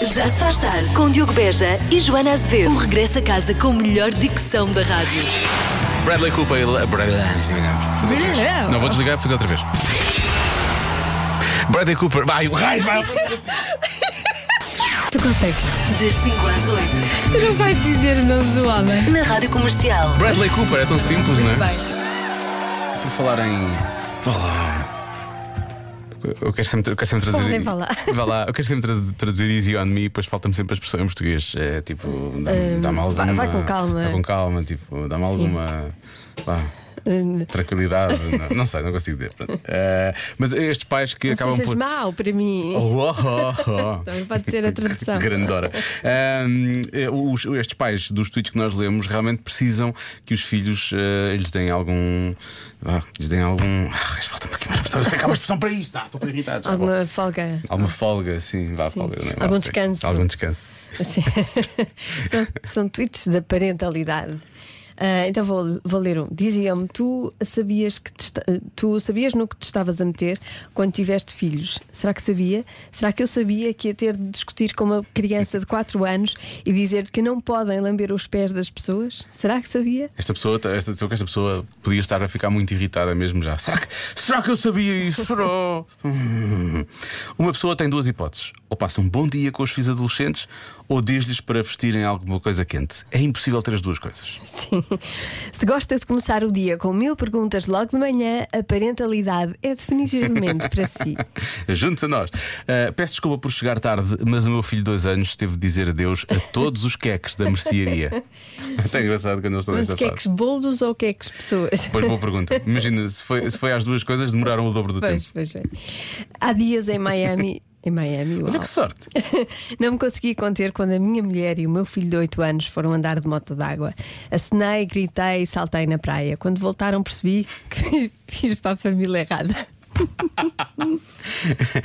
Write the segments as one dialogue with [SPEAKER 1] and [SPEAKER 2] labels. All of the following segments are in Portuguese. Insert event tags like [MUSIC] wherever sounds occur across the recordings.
[SPEAKER 1] Já se faz tarde com Diogo Beja e Joana Azevedo. O regresso a casa com a melhor dicção da rádio.
[SPEAKER 2] Bradley Cooper e Le- Bradley- ah, Fazer outra vez. Não vou desligar, vou fazer outra vez. Bradley Cooper, vai, o raio, vai.
[SPEAKER 3] Tu consegues.
[SPEAKER 1] Das 5 às
[SPEAKER 3] Tu não vais dizer o nome do homem.
[SPEAKER 1] 8, na Rádio Comercial.
[SPEAKER 2] Bradley Cooper, é tão simples, não é?
[SPEAKER 3] Bem,
[SPEAKER 2] Por falar em. Vá lá. Eu quero sempre, eu quero sempre traduzir.
[SPEAKER 3] Falem, vá lá.
[SPEAKER 2] Vá lá. Eu quero sempre trad- traduzir easy on me, pois falta-me sempre a expressão em português. É tipo, dá-me dá alguma.
[SPEAKER 3] Hum, vai- vai com calma.
[SPEAKER 2] Vai com calma, tipo, dá-me alguma. Vá.
[SPEAKER 3] eh,
[SPEAKER 2] Tranquilidade, não, não sei, não consigo dizer. pronto. Eh, mas estes pais que
[SPEAKER 3] não
[SPEAKER 2] acabam
[SPEAKER 3] sejas
[SPEAKER 2] por.
[SPEAKER 3] mau para mim.
[SPEAKER 2] Oh, oh, oh, oh.
[SPEAKER 3] [LAUGHS] Também pode ser a tradução.
[SPEAKER 2] Grandora. Ahm, eh, os- estes pais dos tweets que nós lemos realmente precisam que os filhos eh, lhes deem algum. vá, que lhes deem algum. Ah, falta-me aqui uma expressão.
[SPEAKER 3] [LAUGHS]
[SPEAKER 2] Eu sei que há uma expressão para isto. Ah, estou tão irritado. já.
[SPEAKER 3] Alguma folga.
[SPEAKER 2] Alguma folga, sim, vá,
[SPEAKER 3] Sim.
[SPEAKER 2] folga. não é? Vá,
[SPEAKER 3] Algum
[SPEAKER 2] sim.
[SPEAKER 3] descanso.
[SPEAKER 2] Algum descanso.
[SPEAKER 3] Assim. [LAUGHS] são, são tweets da parentalidade. Ah, então vou, vou ler um. Diziam-me: tu sabias, que te esta- tu sabias no que te estavas a meter quando tiveste filhos? Será que sabia? Será que eu sabia que ia ter de discutir com uma criança de 4 anos e dizer que não podem lamber os pés das pessoas? Será que sabia?
[SPEAKER 2] Esta pessoa, tá, esta, só que esta pessoa podia estar a ficar muito irritada mesmo já. Será que, será que eu sabia isso?
[SPEAKER 3] [LAUGHS]
[SPEAKER 2] Será? Hum. Uma pessoa tem duas hipóteses: ou passa um bom dia com os filhos adolescentes, ou diz-lhes para vestirem alguma coisa quente. É impossível ter as duas coisas. [LAUGHS]
[SPEAKER 3] Sim. Se gosta de começar o dia com mil perguntas logo de manhã, a parentalidade é definitivamente
[SPEAKER 2] [LAUGHS]
[SPEAKER 3] para si.
[SPEAKER 2] Junte-se a nós. Ah, peço desculpa por chegar tarde, mas o meu filho de dois anos teve de dizer adeus a todos os queques da
[SPEAKER 3] [LAUGHS]
[SPEAKER 2] mercearia. Até é engraçado quando eles estão
[SPEAKER 3] Mas
[SPEAKER 2] nesta
[SPEAKER 3] queques
[SPEAKER 2] fase.
[SPEAKER 3] boldos ou queques pessoas?
[SPEAKER 2] Pois boa pergunta. Imagina, se foi, se foi às duas coisas, demoraram o dobro do
[SPEAKER 3] [LAUGHS] Pois,
[SPEAKER 2] tempo.
[SPEAKER 3] pois é. Há dias
[SPEAKER 2] [LAUGHS]
[SPEAKER 3] em Miami. Em Miami,
[SPEAKER 2] Olha
[SPEAKER 3] uau.
[SPEAKER 2] é que sorte!
[SPEAKER 3] [LAUGHS] Não me consegui conter quando a minha mulher e o meu filho de 8 anos foram andar de moto d'água. Acenei, gritei e saltei na praia. Quando voltaram, percebi [LAUGHS] que fiz para a
[SPEAKER 2] [LAUGHS]
[SPEAKER 3] família errada.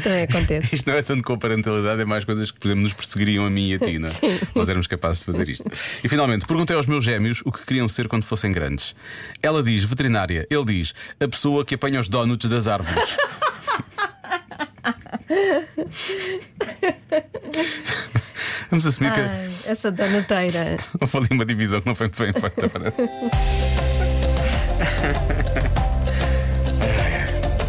[SPEAKER 3] Também acontece.
[SPEAKER 2] Isto não é tanto com a parentalidade, é mais coisas que, por exemplo, nos perseguiriam a mim e a ti, não é? Nós éramos capazes de fazer isto. E finalmente, perguntei aos meus gêmeos o que queriam ser quando fossem grandes. Ela diz veterinária, ele diz a pessoa que apanha os donuts das árvores. Vamos assumir que
[SPEAKER 3] Ai, essa donateira.
[SPEAKER 2] houve ali uma divisão que não foi muito bem feita, parece.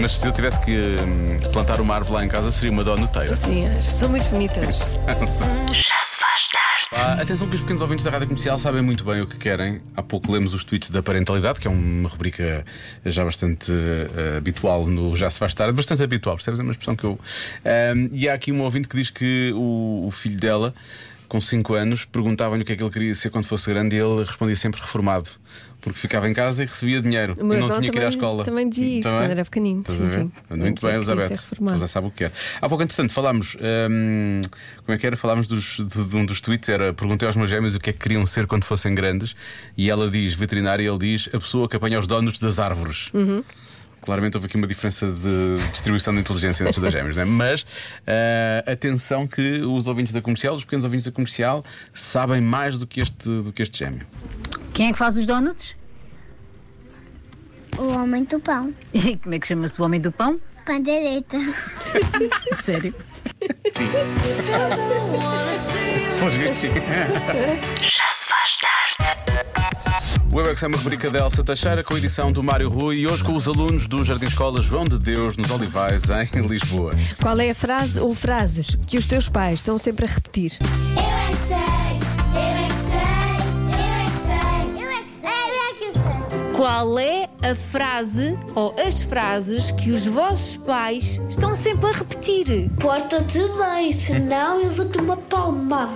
[SPEAKER 2] Mas se eu tivesse que hum, plantar uma árvore lá em casa, seria uma donuteira.
[SPEAKER 3] Sim, as- são muito bonitas.
[SPEAKER 1] Já se faz tarde.
[SPEAKER 2] Ah, atenção que os pequenos ouvintes da Rádio Comercial sabem muito bem o que querem. Há pouco lemos os tweets da parentalidade, que é uma rubrica já bastante eh, habitual no Já se faz tarde, bastante habitual, percebes? É uma expressão que eu. Ahm, e há aqui um ouvinte que diz que o, o filho dela, com 5 anos, perguntavam-lhe o que é que ele queria ser quando fosse grande e ele respondia sempre reformado, porque ficava em casa e recebia dinheiro
[SPEAKER 3] O meu
[SPEAKER 2] e não
[SPEAKER 3] irmão
[SPEAKER 2] tinha que ir à
[SPEAKER 3] também-
[SPEAKER 2] escola.
[SPEAKER 3] também dizia isso
[SPEAKER 2] Também?
[SPEAKER 3] quando era pequenino,
[SPEAKER 2] Estás
[SPEAKER 3] sim,
[SPEAKER 2] a ver?
[SPEAKER 3] sim.
[SPEAKER 2] Muito
[SPEAKER 3] Ele
[SPEAKER 2] bem,
[SPEAKER 3] dizia que queria
[SPEAKER 2] Elizabeth.
[SPEAKER 3] ser reformado.
[SPEAKER 2] Ele já sabe o que é. Há pouco, entretanto, falámos. hum, como é que era? Falámos dos- de, de um dos tweets. Era perguntei aos meus gêmeos o que é que queriam ser quando fossem grandes. E ela diz, veterinária, ele diz, a pessoa que apanha os donuts das árvores. Claramente houve aqui uma diferença de distribuição de inteligência entre os dois gêmeos, não é? Mas ah, atenção que os ouvintes da comercial, os pequenos ouvintes da comercial, sabem mais do que este, do que este gêmeo.
[SPEAKER 4] Quem é que faz os donuts? [LAUGHS]
[SPEAKER 5] O homem do pão.
[SPEAKER 4] E como é que chama-se o homem do pão?
[SPEAKER 5] Pandeireta.
[SPEAKER 4] Sério?
[SPEAKER 2] Pois visto, sim.
[SPEAKER 1] Já se faz tarde.
[SPEAKER 2] O Webex é uma rubrica da Elsa Teixeira com a edição do Mário Rui e hoje com os alunos do Jardim Escola João de Deus nos Olivais, em Lisboa.
[SPEAKER 3] Qual é a frase ou frases que os teus pais estão sempre a repetir?
[SPEAKER 5] Eu é que sei, eu é que sei, eu é que sei, eu é que sei, eu é que sei.
[SPEAKER 6] Qual é a frase ou as frases que os vossos pais estão sempre a repetir?
[SPEAKER 7] Porta-te bem, senão eu dou-te uma palma.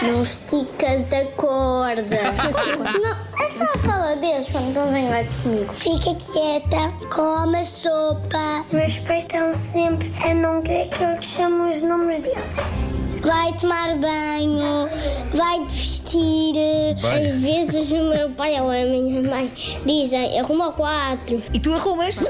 [SPEAKER 5] Não esticas a corda. Não, é só falar Deus quando estão zangados comigo. Fica quieta, come a sopa. Meus pais estão sempre a não querer que eu te chame os nomes deles. Vai tomar banho, vai te vestir.
[SPEAKER 2] Banho.
[SPEAKER 5] Às vezes o meu pai ou a minha mãe dizem arruma quatro.
[SPEAKER 6] E tu arrumas?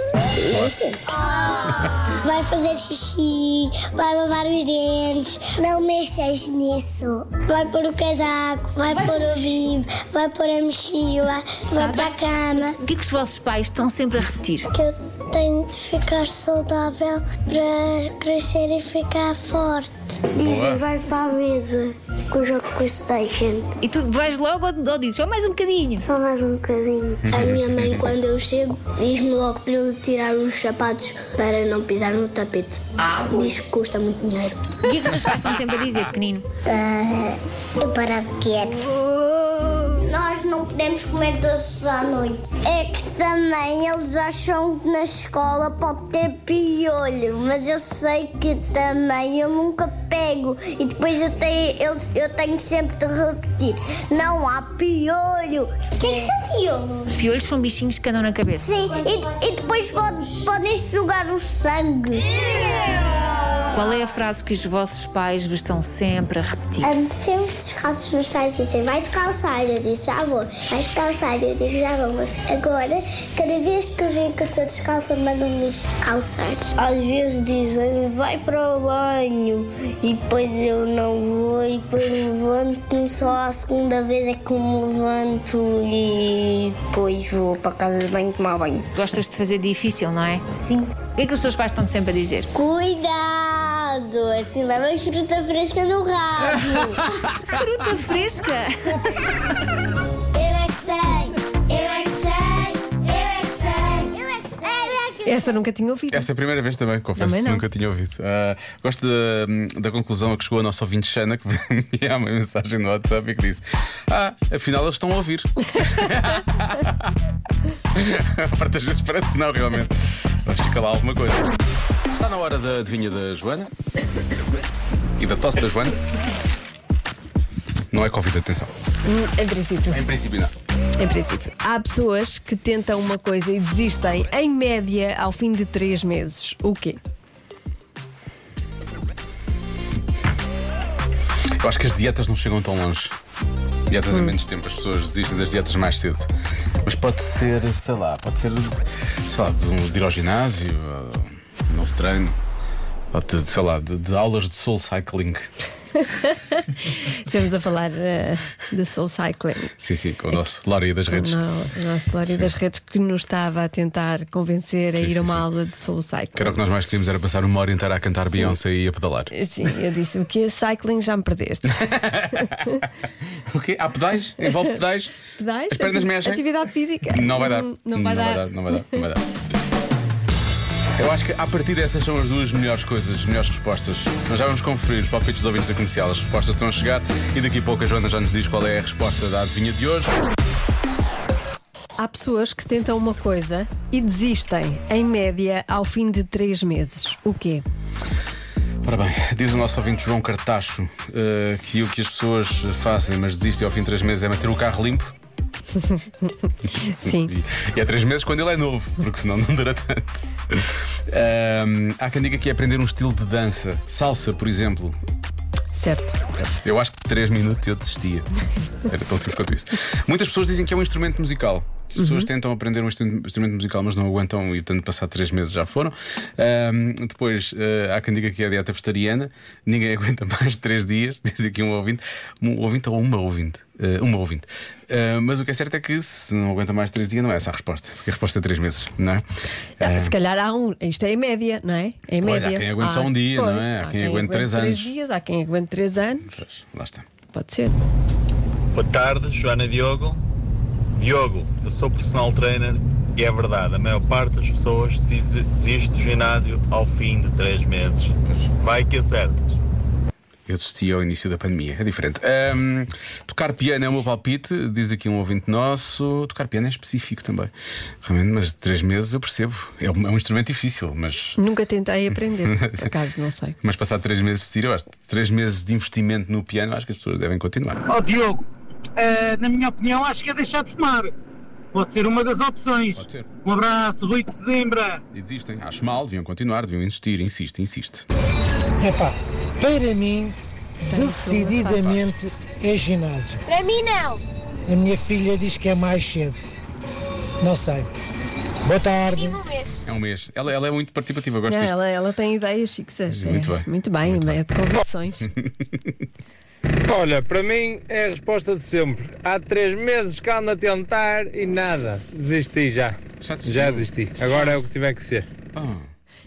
[SPEAKER 5] Vai fazer xixi, vai lavar os dentes. Não mexas nisso. Vai pôr o casaco, vai, pôr o vivo, vai pôr a mochila, vai para a cama.
[SPEAKER 6] O que é que os vossos pais estão sempre a repetir?
[SPEAKER 5] Que eu Tenho de ficar saudável para crescer e ficar forte.
[SPEAKER 2] Boa.
[SPEAKER 5] Dizem vai para a mesa com o jogo Playstation.
[SPEAKER 6] E tu vais logo ou, ou dizes só mais um bocadinho?
[SPEAKER 5] Só mais um bocadinho. A minha mãe, quando eu chego, diz-me logo para eu tirar os sapatos para não pisar no tapete. Diz que custa muito dinheiro.
[SPEAKER 6] O que é que os teus pais estão sempre a dizer, pequenino?
[SPEAKER 5] Ah, Eu parar quieto. Nós não podemos comer doces à noite. É que também eles acham que na escola pode ter piolho, mas eu sei que também eu nunca pego. E depois eu tenho, eles- eu, tenho sempre de repetir: não há piolho. O que é que são piolhos?
[SPEAKER 6] Piolhos são bichinhos que andam na cabeça.
[SPEAKER 5] Sim, e, depois podem sugar o sangue.
[SPEAKER 6] Qual é a frase que os vossos pais vos estão sempre a repetir?
[SPEAKER 5] Ando sempre descalço, os meus pais dizem vai descalçar, eu disse já vou, vai descalçar, eu digo já vou, mas agora, cada vez que eu vejo que eu estou descalça, mandam-me descalçar. Às vezes dizem vai para o banho e depois eu não vou e depois levanto-me só a segunda vez é que me levanto e depois vou para a casa de banho tomar banho.
[SPEAKER 6] Gostas de fazer difícil, não é? Sim. O que é que os teus pais estão sempre a dizer?
[SPEAKER 5] Cuidado, assim vai mais fruta fresca no rabo.
[SPEAKER 6] [LAUGHS] Fruta fresca!
[SPEAKER 5] Eu é que sei, eu é que sei, eu é que sei, eu é que sei.
[SPEAKER 3] Esta nunca tinha ouvido.
[SPEAKER 2] Esta é a primeira vez também, confesso
[SPEAKER 3] Também
[SPEAKER 2] que
[SPEAKER 3] não.
[SPEAKER 2] nunca tinha ouvido. Ah, gosto hum, da, da conclusão a que chegou a nossa ouvinte Xana, que [LAUGHS] me uma mensagem no WhatsApp e que disse: Ah, afinal eles estão a ouvir. [LAUGHS] a parte das vezes parece que não, realmente. Mas fica lá alguma coisa. Está na hora da adivinha da Joana e da tosse da Joana. Não é Covid, atenção.
[SPEAKER 3] Em princípio.
[SPEAKER 2] Em princípio, não.
[SPEAKER 3] Em princípio. Há pessoas que tentam uma coisa e desistem, em média, ao fim de três meses. O quê?
[SPEAKER 2] Eu acho que as dietas não chegam tão longe. Dietas em menos tempo, as pessoas desistem das dietas mais cedo. Mas pode ser, sei lá, pode ser, sei lá, de, um- de ir ao ginásio, uh, um novo treino, ou de, sei lá, de, de aulas de soul cycling.
[SPEAKER 3] Estamos a falar eh, de Soul Cycling.
[SPEAKER 2] Sim, sim, com o nosso Lória das Redes.
[SPEAKER 3] No, o nosso Glória das Redes que nos estava a tentar convencer a
[SPEAKER 2] Sim,
[SPEAKER 3] ir
[SPEAKER 2] sim,
[SPEAKER 3] a uma
[SPEAKER 2] sim.
[SPEAKER 3] aula de Soul
[SPEAKER 2] Que era o
[SPEAKER 3] Cycling.
[SPEAKER 2] que nós mais queríamos, era passar uma hora inteira a cantar Beyoncé e a pedalar.
[SPEAKER 3] Sim, eu disse o que é cycling já me
[SPEAKER 2] [LAUGHS]
[SPEAKER 3] perdeste.
[SPEAKER 2] O quê? Há pedais? Envolve pedais?
[SPEAKER 3] Pedais?
[SPEAKER 2] As pernas
[SPEAKER 3] Ati-
[SPEAKER 2] mexem?
[SPEAKER 3] Atividade física?
[SPEAKER 2] é? Não vai dar.
[SPEAKER 3] Hum, Não, vai, dar.
[SPEAKER 2] Não vai dar, não
[SPEAKER 3] [LAUGHS]
[SPEAKER 2] vai dar. Eu acho que a partir dessas são as duas melhores coisas, melhores respostas. Nós já vamos conferir os palpites dos ouvintes da comercial. As respostas estão a chegar e daqui a pouco a Joana já nos diz qual é a resposta da adivinha de hoje.
[SPEAKER 3] Há pessoas que tentam uma coisa e desistem, em média, ao fim de três meses. O quê?
[SPEAKER 2] Ora bem, diz o nosso ouvinte João Cartacho eh, que o que as pessoas fazem, mas desistem ao fim de três meses, é manter o carro limpo.
[SPEAKER 3] Sim.
[SPEAKER 2] E, e há três meses quando ele é novo, porque senão não dura tanto.
[SPEAKER 3] [LAUGHS]
[SPEAKER 2] Ahm, há quem diga que é aprender um estilo de dança, salsa, por exemplo.
[SPEAKER 3] Certo.
[SPEAKER 2] É. Eu acho que 3 minutos eu desistia. Era tão simples quanto isso. Muitas pessoas dizem que é um instrumento musical. As
[SPEAKER 3] Uhum.
[SPEAKER 2] pessoas tentam aprender um instru- instrumento musical, mas não aguentam e, portanto, passar 3 meses já foram. Ahm, depois, ah, há quem diga que é a dieta vegetariana, ninguém [LAUGHS] aguenta mais 3 dias, diz aqui um ouvinte. Um ouvinte ou uma ouvinte? Ah, uma ouvinte. Ah, mas o que é certo é que se não aguenta mais 3 dias, não é essa a resposta. Porque a resposta é 3 meses, não é?
[SPEAKER 3] Ah, Se calhar há um. Isto é em média, não é? Em
[SPEAKER 2] Pois, há
[SPEAKER 3] média.
[SPEAKER 2] quem aguente só um dia,
[SPEAKER 3] pois,
[SPEAKER 2] não é? Há quem aguente três anos.
[SPEAKER 3] dias, há quem aguente três anos.
[SPEAKER 2] Pois, Lá está.
[SPEAKER 3] Pode ser.
[SPEAKER 8] Boa tarde, Joana e Diogo. Diogo, eu sou personal trainer e é verdade, a maior parte das pessoas des- desiste do ginásio ao fim de três meses. Vai que acertas.
[SPEAKER 2] Eu desisti ao início da pandemia, é diferente. Ahm, tocar piano é o meu palpite, diz aqui um ouvinte nosso. Tocar piano é específico também. Realmente, mas de três meses eu percebo. É um, é um instrumento difícil, mas.
[SPEAKER 3] Nunca tentei
[SPEAKER 2] [LAUGHS]
[SPEAKER 3] aprender, por acaso, não sei.
[SPEAKER 2] Mas passar três meses de tiro, eu acho que três meses de investimento no piano, acho que as pessoas devem continuar.
[SPEAKER 9] Ó Diogo, eh, na minha opinião, acho que é deixar de fumar. Pode ser uma das opções.
[SPEAKER 2] Pode ser.
[SPEAKER 9] Um abraço, Rui de Sesimbra.
[SPEAKER 2] E desistem. Acho mal, deviam continuar, deviam insistir, insiste, insiste.
[SPEAKER 10] Epá, para mim, decididamente é ginásio.
[SPEAKER 5] Para mim não.
[SPEAKER 10] A minha filha diz que é mais cedo. Não sei. Boa tarde.
[SPEAKER 2] É um mês. Ela, ela é muito participativa, eu gosto
[SPEAKER 3] Não,
[SPEAKER 2] disto.
[SPEAKER 3] ela, ela tem ideias fixas.
[SPEAKER 2] Muito
[SPEAKER 3] é.
[SPEAKER 2] bem.
[SPEAKER 3] Muito bem, é de convicções.
[SPEAKER 11] Olha, para mim é a resposta de sempre. Há três meses que ando a tentar e nada. Desisti já.
[SPEAKER 2] Já desistiu?
[SPEAKER 11] Já desisti. Agora é o que tiver que ser.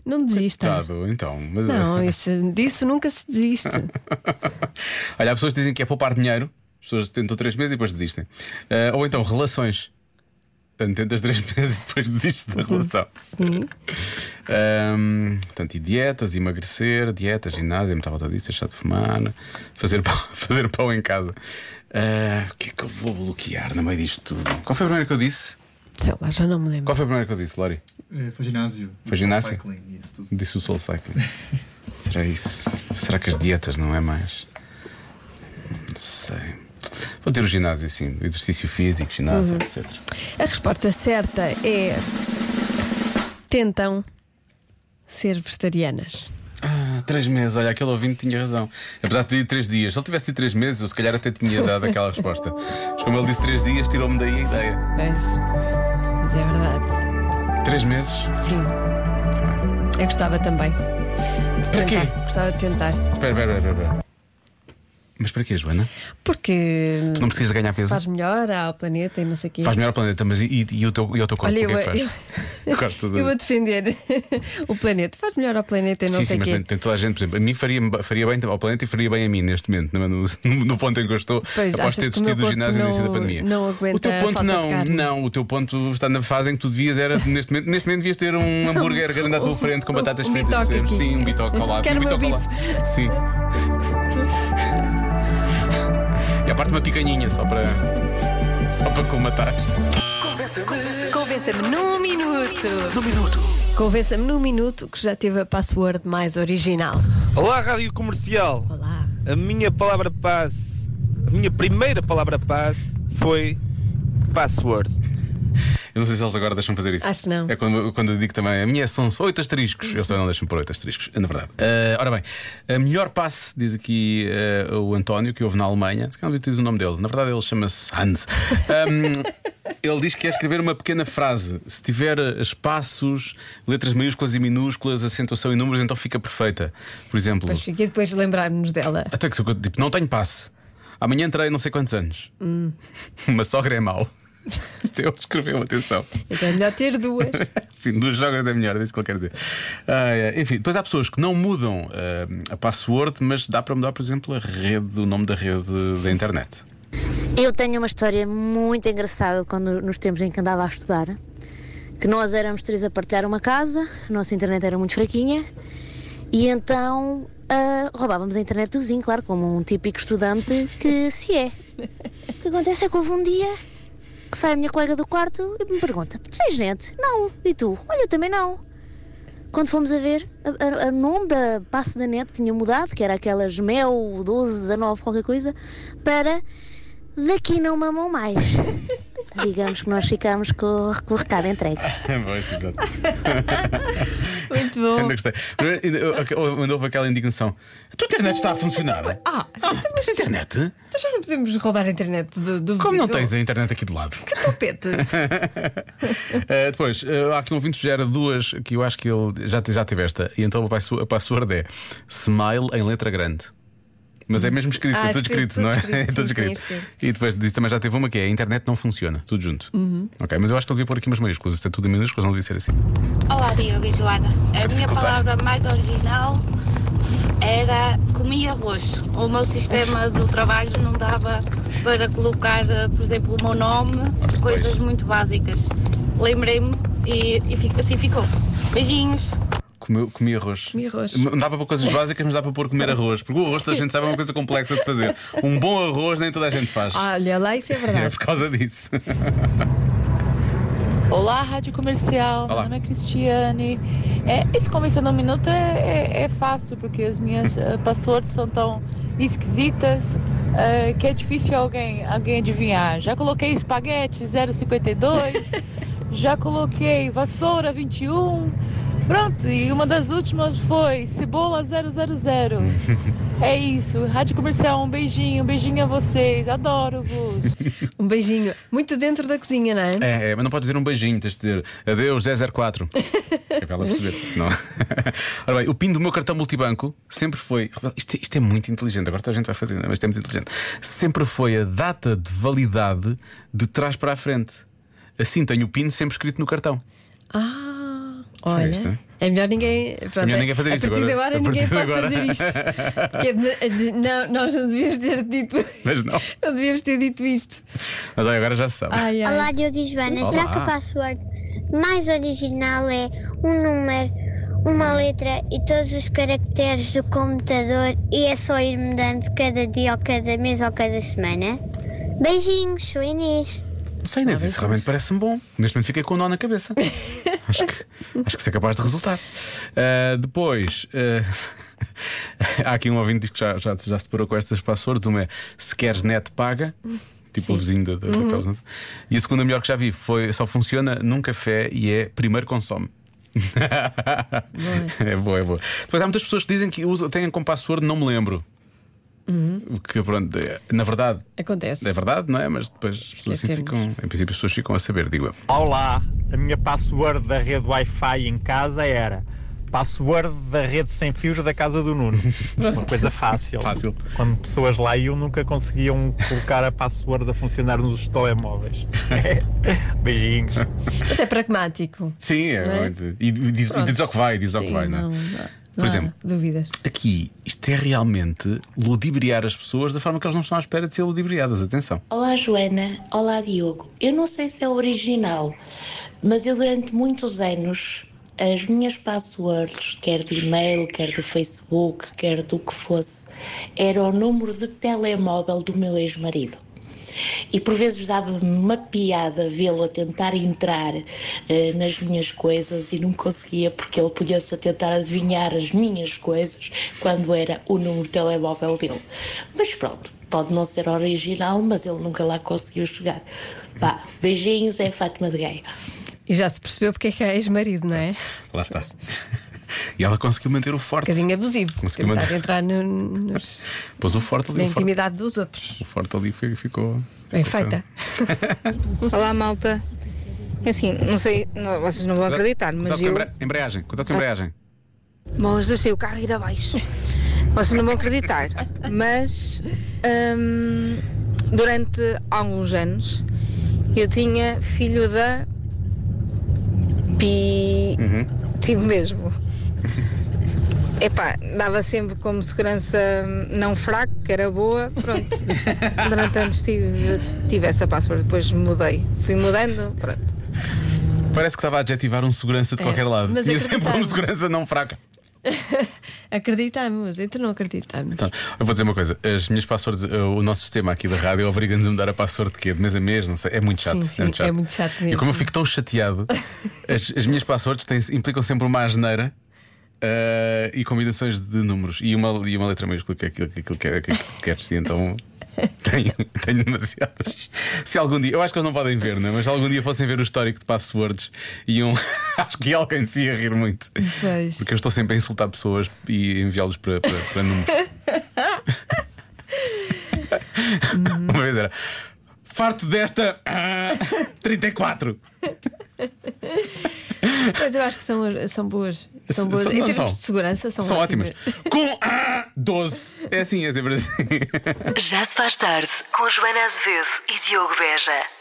[SPEAKER 3] Não desista.
[SPEAKER 2] Coitado, então. Mas,
[SPEAKER 3] Não, isso, disso nunca se desiste.
[SPEAKER 2] [LAUGHS] Olha, há pessoas que dizem que é poupar dinheiro, as pessoas tentam três meses e depois desistem. Ah, ou então relações. Portanto, tentas três [LAUGHS] meses e depois desistes da relação.
[SPEAKER 3] Sim.
[SPEAKER 2] Ahm, portanto, e dietas, emagrecer, dietas, ginásio, muita volta disso, deixar de fumar, fazer pão, [LAUGHS] fazer pão em casa. Ah, o que é que eu vou bloquear no meio disto tudo? Qual foi a primeira que eu disse?
[SPEAKER 3] Sei lá, já não me lembro.
[SPEAKER 2] Qual foi a primeira que eu disse, Lori?
[SPEAKER 12] É, foi ginásio.
[SPEAKER 2] Foi ginásio?
[SPEAKER 12] Cycling, isso tudo.
[SPEAKER 2] Disse o Soul
[SPEAKER 3] [LAUGHS]
[SPEAKER 2] Cycling. Será isso? Será que as dietas não é mais? Não sei. Vou ter o ginásio, sim. Exercício físico, ginásio,
[SPEAKER 3] Uhum.
[SPEAKER 2] etc.
[SPEAKER 3] A resposta certa é. Tentam ser vegetarianas.
[SPEAKER 2] Ah, três meses, olha, aquele ouvinte tinha razão. Apesar de ter dito três dias, se ele tivesse dito três meses, eu se calhar até tinha dado aquela resposta. Mas como ele disse três dias, tirou-me daí a ideia.
[SPEAKER 3] Pois. Mas é verdade.
[SPEAKER 2] Três meses?
[SPEAKER 3] Sim. Eu gostava também. De
[SPEAKER 2] Para quê?
[SPEAKER 3] tentar. Gostava de tentar.
[SPEAKER 2] Espera, espera, espera, espera. Mas para quê, Joana?
[SPEAKER 3] Porque.
[SPEAKER 2] Tu não precisas ganhar peso?
[SPEAKER 3] Faz melhor ao planeta e não sei o quê.
[SPEAKER 2] Faz melhor ao planeta, mas e, e, e o teu, e o teu corpo?
[SPEAKER 3] Olha,
[SPEAKER 2] o que é que [LAUGHS]
[SPEAKER 3] eu-
[SPEAKER 2] faz? Eu, Gosto de-
[SPEAKER 3] Eu vou defender [LAUGHS] o planeta. Faz melhor ao planeta e não
[SPEAKER 2] sim, sim,
[SPEAKER 3] sei o
[SPEAKER 2] mas
[SPEAKER 3] quê.
[SPEAKER 2] tem, tem toda a gente, por exemplo, a mim faria, faria bem ao planeta e faria bem a mim neste momento, no, no- no ponto em que eu estou,
[SPEAKER 3] Pois,
[SPEAKER 2] após
[SPEAKER 3] achas
[SPEAKER 2] ter
[SPEAKER 3] que o meu
[SPEAKER 2] desistido do
[SPEAKER 3] corpo
[SPEAKER 2] ginásio no início da
[SPEAKER 3] não-
[SPEAKER 2] pandemia.
[SPEAKER 3] não aguenta
[SPEAKER 2] o teu
[SPEAKER 3] a
[SPEAKER 2] ponto
[SPEAKER 3] falta de
[SPEAKER 2] não,
[SPEAKER 3] carne?
[SPEAKER 2] não, o teu ponto está na fase em que tu devias era, neste momento, neste momento devias ter
[SPEAKER 3] [LAUGHS]
[SPEAKER 2] um hambúrguer grande à tua frente com batatas
[SPEAKER 3] um
[SPEAKER 2] fritas,
[SPEAKER 3] bitoque
[SPEAKER 2] percebes?
[SPEAKER 3] aqui.
[SPEAKER 2] sim, um bitoque ao lado,
[SPEAKER 3] Quero
[SPEAKER 2] um
[SPEAKER 3] o meu
[SPEAKER 2] bitoque ao lado. Sim. E a parte uma picanhinha só para só para colmatar.
[SPEAKER 3] Convença-me num minuto. Num minuto. Convença-me num minuto que já teve a password mais original.
[SPEAKER 13] Olá, Rádio Comercial.
[SPEAKER 3] Olá.
[SPEAKER 13] A minha palavra passe, a minha primeira palavra passe foi password.
[SPEAKER 2] Eu não sei se eles agora deixam fazer isso.
[SPEAKER 13] Acho que não. Uhum.
[SPEAKER 2] É quando, quando eu digo também, a minha são oito asteriscos. Eles também não deixam por oito asteriscos, na verdade. Ah, ora bem, a melhor passe, diz aqui ah, o António, que houve na Alemanha. Se calhar não diz o nome dele. Na verdade, ele chama-se Hans.
[SPEAKER 13] [LAUGHS]
[SPEAKER 2] Ahm, ele diz que é escrever uma pequena frase. Se tiver espaços, letras maiúsculas e minúsculas, acentuação e números, então fica perfeita. Por exemplo,
[SPEAKER 3] Pois fiquei depois de lembrar-nos dela.
[SPEAKER 2] até que se eu tipo, não tenho passe. Amanhã entrei não sei quantos anos.
[SPEAKER 3] Hum.
[SPEAKER 2] [LAUGHS] Uma sogra é mau. [LAUGHS] Isto Ele escreveu, atenção.
[SPEAKER 3] Então é melhor
[SPEAKER 2] [LAUGHS]
[SPEAKER 3] ter duas.
[SPEAKER 2] Sim, duas jogas é melhor, é isso que ele quer dizer. Ah, é. enfim, depois há pessoas que não mudam ah, a password, mas dá para mudar, por exemplo, a rede, o nome da rede da internet.
[SPEAKER 5] Eu tenho uma história muito engraçada quando nos tempos em que andava a estudar, que nós éramos três a partilhar uma casa, a nossa internet era muito fraquinha, e então ah, roubávamos a internet do vizinho, claro, como um típico estudante que se é. O que acontece é que houve um dia que sai a minha colega do quarto e me pergunta: Tu tens net? Não. E tu? Olha, eu também não. Quando fomos a ver, a- a- o nome da passe da net tinha mudado, que era aquelas Mel 12, 19, qualquer coisa, para daqui não mamam mais. [LAUGHS] Digamos que nós ficámos com, com o recado entregue.
[SPEAKER 3] Muito
[SPEAKER 2] bom. Ainda gostei. Mas ainda- ainda houve aquela indignação. A tua internet está a funcionar.
[SPEAKER 3] Ah, então, mas,
[SPEAKER 2] A internet?
[SPEAKER 3] então já não podemos roubar a internet do, do
[SPEAKER 2] Como não
[SPEAKER 3] vizinho?
[SPEAKER 2] tens a internet aqui de lado?
[SPEAKER 3] Que
[SPEAKER 2] [LAUGHS]
[SPEAKER 3] topete.
[SPEAKER 2] Eh, depois, eh, há aqui um ouvinte que gera duas que eu acho que ele já, te- já teve esta. E então a passo- a password é smile em letra grande. Mas é mesmo escrito,
[SPEAKER 3] Ah,
[SPEAKER 2] é tudo escrito,
[SPEAKER 3] escrito,
[SPEAKER 2] não é?
[SPEAKER 3] tudo
[SPEAKER 2] [LAUGHS] é
[SPEAKER 3] escrito,
[SPEAKER 2] tudo
[SPEAKER 3] sim, sim,
[SPEAKER 2] escrito.
[SPEAKER 3] escrito.
[SPEAKER 2] e depois disse também já teve uma que é a internet não funciona, tudo junto.
[SPEAKER 6] Uhum.
[SPEAKER 2] Ok, mas eu acho que ele devia pôr aqui umas maiúsculas, isto é tudo em minúsculas, não devia ser assim.
[SPEAKER 6] Olá, Diogo e Joana. A minha palavra mais original era comia roxo. O meu sistema do trabalho não dava para colocar, eh, por exemplo, o meu nome, coisas muito básicas. Lembrei-me e, e fico- assim ficou. Beijinhos.
[SPEAKER 2] Comeu- Comi arroz.
[SPEAKER 6] Comi arroz.
[SPEAKER 2] Não dá para pôr coisas básicas, mas dá para pôr comer arroz. Porque o arroz, toda a gente sabe, é uma coisa complexa de fazer. Um bom arroz nem toda a gente faz.
[SPEAKER 3] Olha lá, isso é
[SPEAKER 2] É
[SPEAKER 3] verdade.
[SPEAKER 2] por causa disso.
[SPEAKER 14] Olá, Rádio Comercial.
[SPEAKER 2] Olá.
[SPEAKER 14] Meu nome é Cristiane. É, esse convencer no minuto é, é- é fácil, porque as minhas eh, passwords são tão esquisitas eh, que é difícil alguém, alguém adivinhar. Já coloquei espaguete
[SPEAKER 4] [LAUGHS]
[SPEAKER 14] 052, já coloquei vassoura 21. Pronto, e uma das últimas foi cebola 000. É isso. Rádio Comercial, um beijinho. Um beijinho a vocês. Adoro-vos.
[SPEAKER 3] Um beijinho. Muito dentro da cozinha, não é?
[SPEAKER 2] É, é, mas não podes dizer um beijinho, tens de dizer adeus 1004. é para ela perceber. Não. [LAUGHS] Ora bem, o PIN do meu cartão multibanco sempre foi. Isto, é- isto é muito inteligente, agora toda a gente vai fazer, não é? mas isto é muito inteligente. Sempre foi a data de validade de trás para a frente. Assim tenho o PIN sempre escrito no cartão.
[SPEAKER 3] Ah,
[SPEAKER 2] Isto,
[SPEAKER 3] olha.
[SPEAKER 2] hein?
[SPEAKER 3] É melhor ninguém. Pronto,
[SPEAKER 2] melhor ninguém fazer
[SPEAKER 3] a
[SPEAKER 2] isto
[SPEAKER 3] partir de
[SPEAKER 2] agora.
[SPEAKER 3] agora
[SPEAKER 2] A
[SPEAKER 3] ninguém
[SPEAKER 2] partir de
[SPEAKER 3] pode
[SPEAKER 2] agora.
[SPEAKER 3] fazer isto.
[SPEAKER 2] [LAUGHS]
[SPEAKER 3] Que é de- de- não, nós não devíamos ter dito. [LAUGHS]
[SPEAKER 2] Mas não.
[SPEAKER 3] Não devíamos ter dito isto.
[SPEAKER 2] Mas olha, agora já se sabe.
[SPEAKER 5] Olá, Diogo e Joana.
[SPEAKER 2] Olá.
[SPEAKER 5] Será que o password mais original é um número, uma letra e todos os caracteres do computador e é só ir mudando cada dia ou cada mês ou cada semana? Beijinhos, sou Inês.
[SPEAKER 2] Não sei, Inês, isso realmente parece-me bom. Neste momento fiquei com um nó na cabeça. acho que acho que isso é capaz de resultar. Ah, depois, ah, [LAUGHS] há aqui um ouvinte que diz que já, já, já se deparou com estas passwords. Uma é se queres net, paga. Tipo o vizinho da, da,
[SPEAKER 15] Uhum.
[SPEAKER 2] daquelas net. E a segunda melhor que já vi foi só funciona num café e é primeiro consome. [LAUGHS] é boa, é boa. Depois há muitas pessoas que dizem que usam, têm como password não me lembro.
[SPEAKER 3] Uhum.
[SPEAKER 2] O que, pronto, é- na verdade,
[SPEAKER 3] Acontece.
[SPEAKER 2] é verdade, não é? Mas depois as pessoas assim ficam. Em princípio, as pessoas ficam a saber, digo eu.
[SPEAKER 13] Olá, a minha password da rede Wi-Fi em casa era password da rede sem fios da casa do Nuno. Uma coisa fácil.
[SPEAKER 2] Fácil.
[SPEAKER 13] Quando pessoas lá iam nunca conseguiam colocar a password a funcionar nos telemóveis. [LAUGHS] Beijinhos.
[SPEAKER 3] Mas é pragmático.
[SPEAKER 2] Sim, é,
[SPEAKER 3] Não é?
[SPEAKER 2] muito- E diz, e diz ao que vai, diz ao que vai, não é? Por
[SPEAKER 3] Não há
[SPEAKER 2] exemplo,
[SPEAKER 3] Dúvidas.
[SPEAKER 2] aqui isto é realmente ludibriar as pessoas da forma que elas não estão à espera de ser ludibriadas. Atenção.
[SPEAKER 14] Olá Joana, olá Diogo. Eu não sei se é original, mas eu durante muitos anos as minhas passwords, quer do e-mail, quer do Facebook, quer do que fosse, era o número de telemóvel do meu ex-marido. E por vezes dava-me uma piada vê-lo a tentar entrar eh, nas minhas coisas e não conseguia porque ele podia-se a tentar adivinhar as minhas coisas quando era o número de telemóvel dele. Mas pronto, pode não ser original, mas ele nunca lá conseguiu chegar. Vá, beijinhos, é Fátima de Gaia.
[SPEAKER 3] E já se percebeu porque é que é ex-marido, não é?
[SPEAKER 2] Lá
[SPEAKER 3] [LAUGHS]
[SPEAKER 2] está. E ela conseguiu manter o
[SPEAKER 3] Um
[SPEAKER 2] forte.
[SPEAKER 3] bocadinho abusivo.
[SPEAKER 2] Conseguiu
[SPEAKER 3] tentar
[SPEAKER 2] manter-
[SPEAKER 3] entrar no- nos-
[SPEAKER 2] Pôs o forte ali.
[SPEAKER 3] na
[SPEAKER 2] O forte,
[SPEAKER 3] intimidade dos outros.
[SPEAKER 2] o forte ali foi- ficou.
[SPEAKER 3] Bem feita. [LAUGHS]
[SPEAKER 16] Olá, malta. É Assim, não sei, não, vocês não vão acreditar,
[SPEAKER 2] Cuidado
[SPEAKER 14] mas
[SPEAKER 2] com a
[SPEAKER 14] eu- Ah.
[SPEAKER 2] embra- Embreagem, cuidado com a embreagem.
[SPEAKER 14] Bom, mas deixei o carro ir abaixo. Vocês não vão acreditar, mas hum, durante alguns anos eu tinha filho da Pi. Tive mesmo. Epá, dava sempre como segurança hum, não fraco, que era boa, pronto. Durante anos tive, tive essa password, depois mudei. Fui mudando, pronto.
[SPEAKER 2] Parece que estava a adjetivar um segurança de
[SPEAKER 3] É,
[SPEAKER 2] qualquer lado.
[SPEAKER 3] mas
[SPEAKER 2] Tinha sempre
[SPEAKER 3] acreditava.
[SPEAKER 2] um segurança não fraca.
[SPEAKER 3] Acreditamos, então não acreditamos.
[SPEAKER 2] Então, eu vou dizer uma coisa: as minhas passwords, eh, o nosso sistema aqui da rádio obriga-nos a mudar a password de quê? De mês a mês, não sei. É muito chato.
[SPEAKER 3] sim, sim, é muito chato mesmo.
[SPEAKER 2] E como eu fico tão
[SPEAKER 3] [LAUGHS]
[SPEAKER 2] chateado, as, as minhas passwords têm- implicam sempre uma asneira eh, e combinações de números e uma, e uma letra maiúscula, que é aquilo que, aquilo que, é- que, que queres. E
[SPEAKER 3] [LAUGHS]
[SPEAKER 2] então tenho, tenho demasiadas. Se algum dia, eu acho que eles não podem ver, não é? mas se algum dia fossem ver o histórico de passwords, iam, [LAUGHS] acho que alguém se ia rir muito.
[SPEAKER 3] Pois.
[SPEAKER 2] Porque eu estou sempre a insultar pessoas e enviá-los para, para, para números. Uma vez era farto desta ah, 34.
[SPEAKER 3] Mas eu acho que são, são boas. São
[SPEAKER 2] S-
[SPEAKER 3] boas.
[SPEAKER 2] são-
[SPEAKER 3] em
[SPEAKER 2] não,
[SPEAKER 3] termos
[SPEAKER 2] são.
[SPEAKER 3] de segurança, são,
[SPEAKER 2] São Com ah, 12. É assim, é sempre assim.
[SPEAKER 1] Já se faz tarde com Joana Azevedo e Diogo Beja.